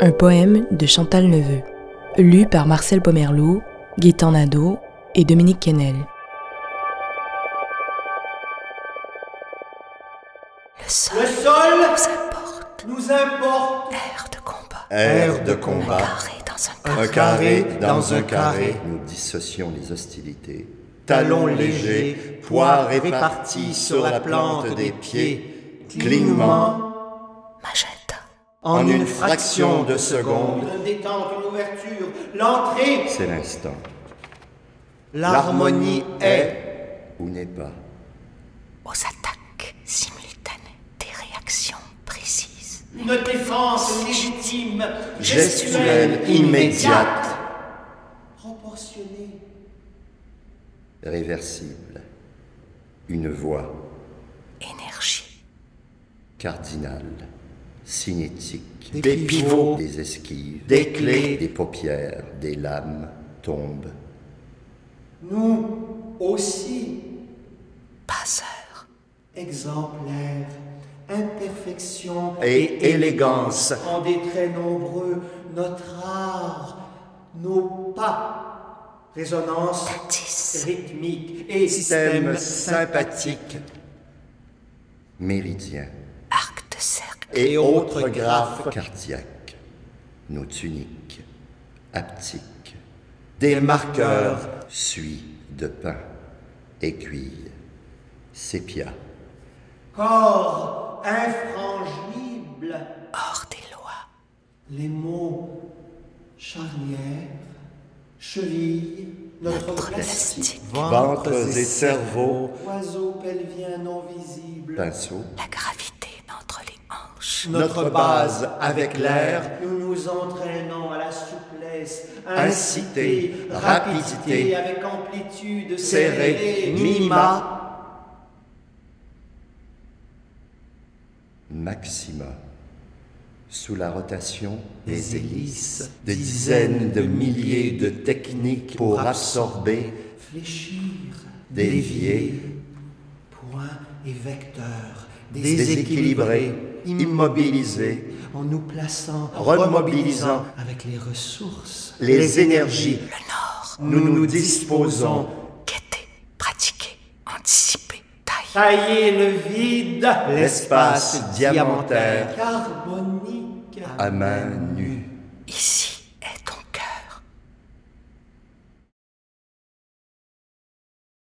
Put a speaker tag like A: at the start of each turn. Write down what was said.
A: un poème de Chantal Neveu, lu par Marcel Pomerleau, Gaëtan Nadeau et Dominique Kennel. Le sol,
B: Le sol
A: nous apporte
B: nous importe
A: l'air de combat,
C: Air de combat,
A: carré dans un corps.
C: un carré dans un carré. Nous dissocions les hostilités. Talons légers, poids répartis sur la plante des pieds. Clignement,
A: Magenta,
C: en une fraction de seconde,
B: une détente, une ouverture, l'entrée,
C: c'est l'instant.
B: l'harmonie est
C: ou n'est pas.
A: aux attaques simultanées, des réactions précises.
B: une défense légitime,
C: Gestuelle immédiate,
B: proportionnée,
C: réversible. Une voix
A: Énergie,
C: cardinale, cinétique.
B: Des pivots,
C: des esquives,
B: des clés.
C: des paupières, des lames tombent.
B: nous aussi
A: passeur,
B: exemplaires, imperfection
C: Et élégance.
B: En des traits nombreux, notre art, nos pas, résonance
A: Tatis.
B: rythmique et
C: système
B: système
C: sympathique, méridien
A: arc de cercle,
C: et autres graphes cardiaques, nos tuniques, aptiques, des marqueurs, suie de pain, aiguille, sépia,
B: corps infrangible,
A: hors des lois,
B: les mots charnière, cheville, notre plastique,
A: plastique,
C: ventres et cerveaux,
B: oiseau pelvien non visible,
C: pinceau,
A: la gravité entre les hanches,
C: notre base avec l'air,
B: nous nous entraînons à la souplesse,
C: Incité, rapidité,
B: avec amplitude,
C: serré,
B: serrée,
C: mima, maxima. Sous la rotation des hélices, des dizaines de milliers de techniques pour absorber,
B: fléchir,
C: dévier,
B: point et vecteur,
C: déséquilibrer, immobiliser
B: en nous plaçant,
C: Remobilisant.
B: avec les ressources,
C: les énergies.
A: le nord,
C: Nous nous disposons,
A: guetter, pratiquer, anticiper, tailler,
B: tailler le vide,
C: l'espace diamantaire
B: carbonique,
C: à main nue.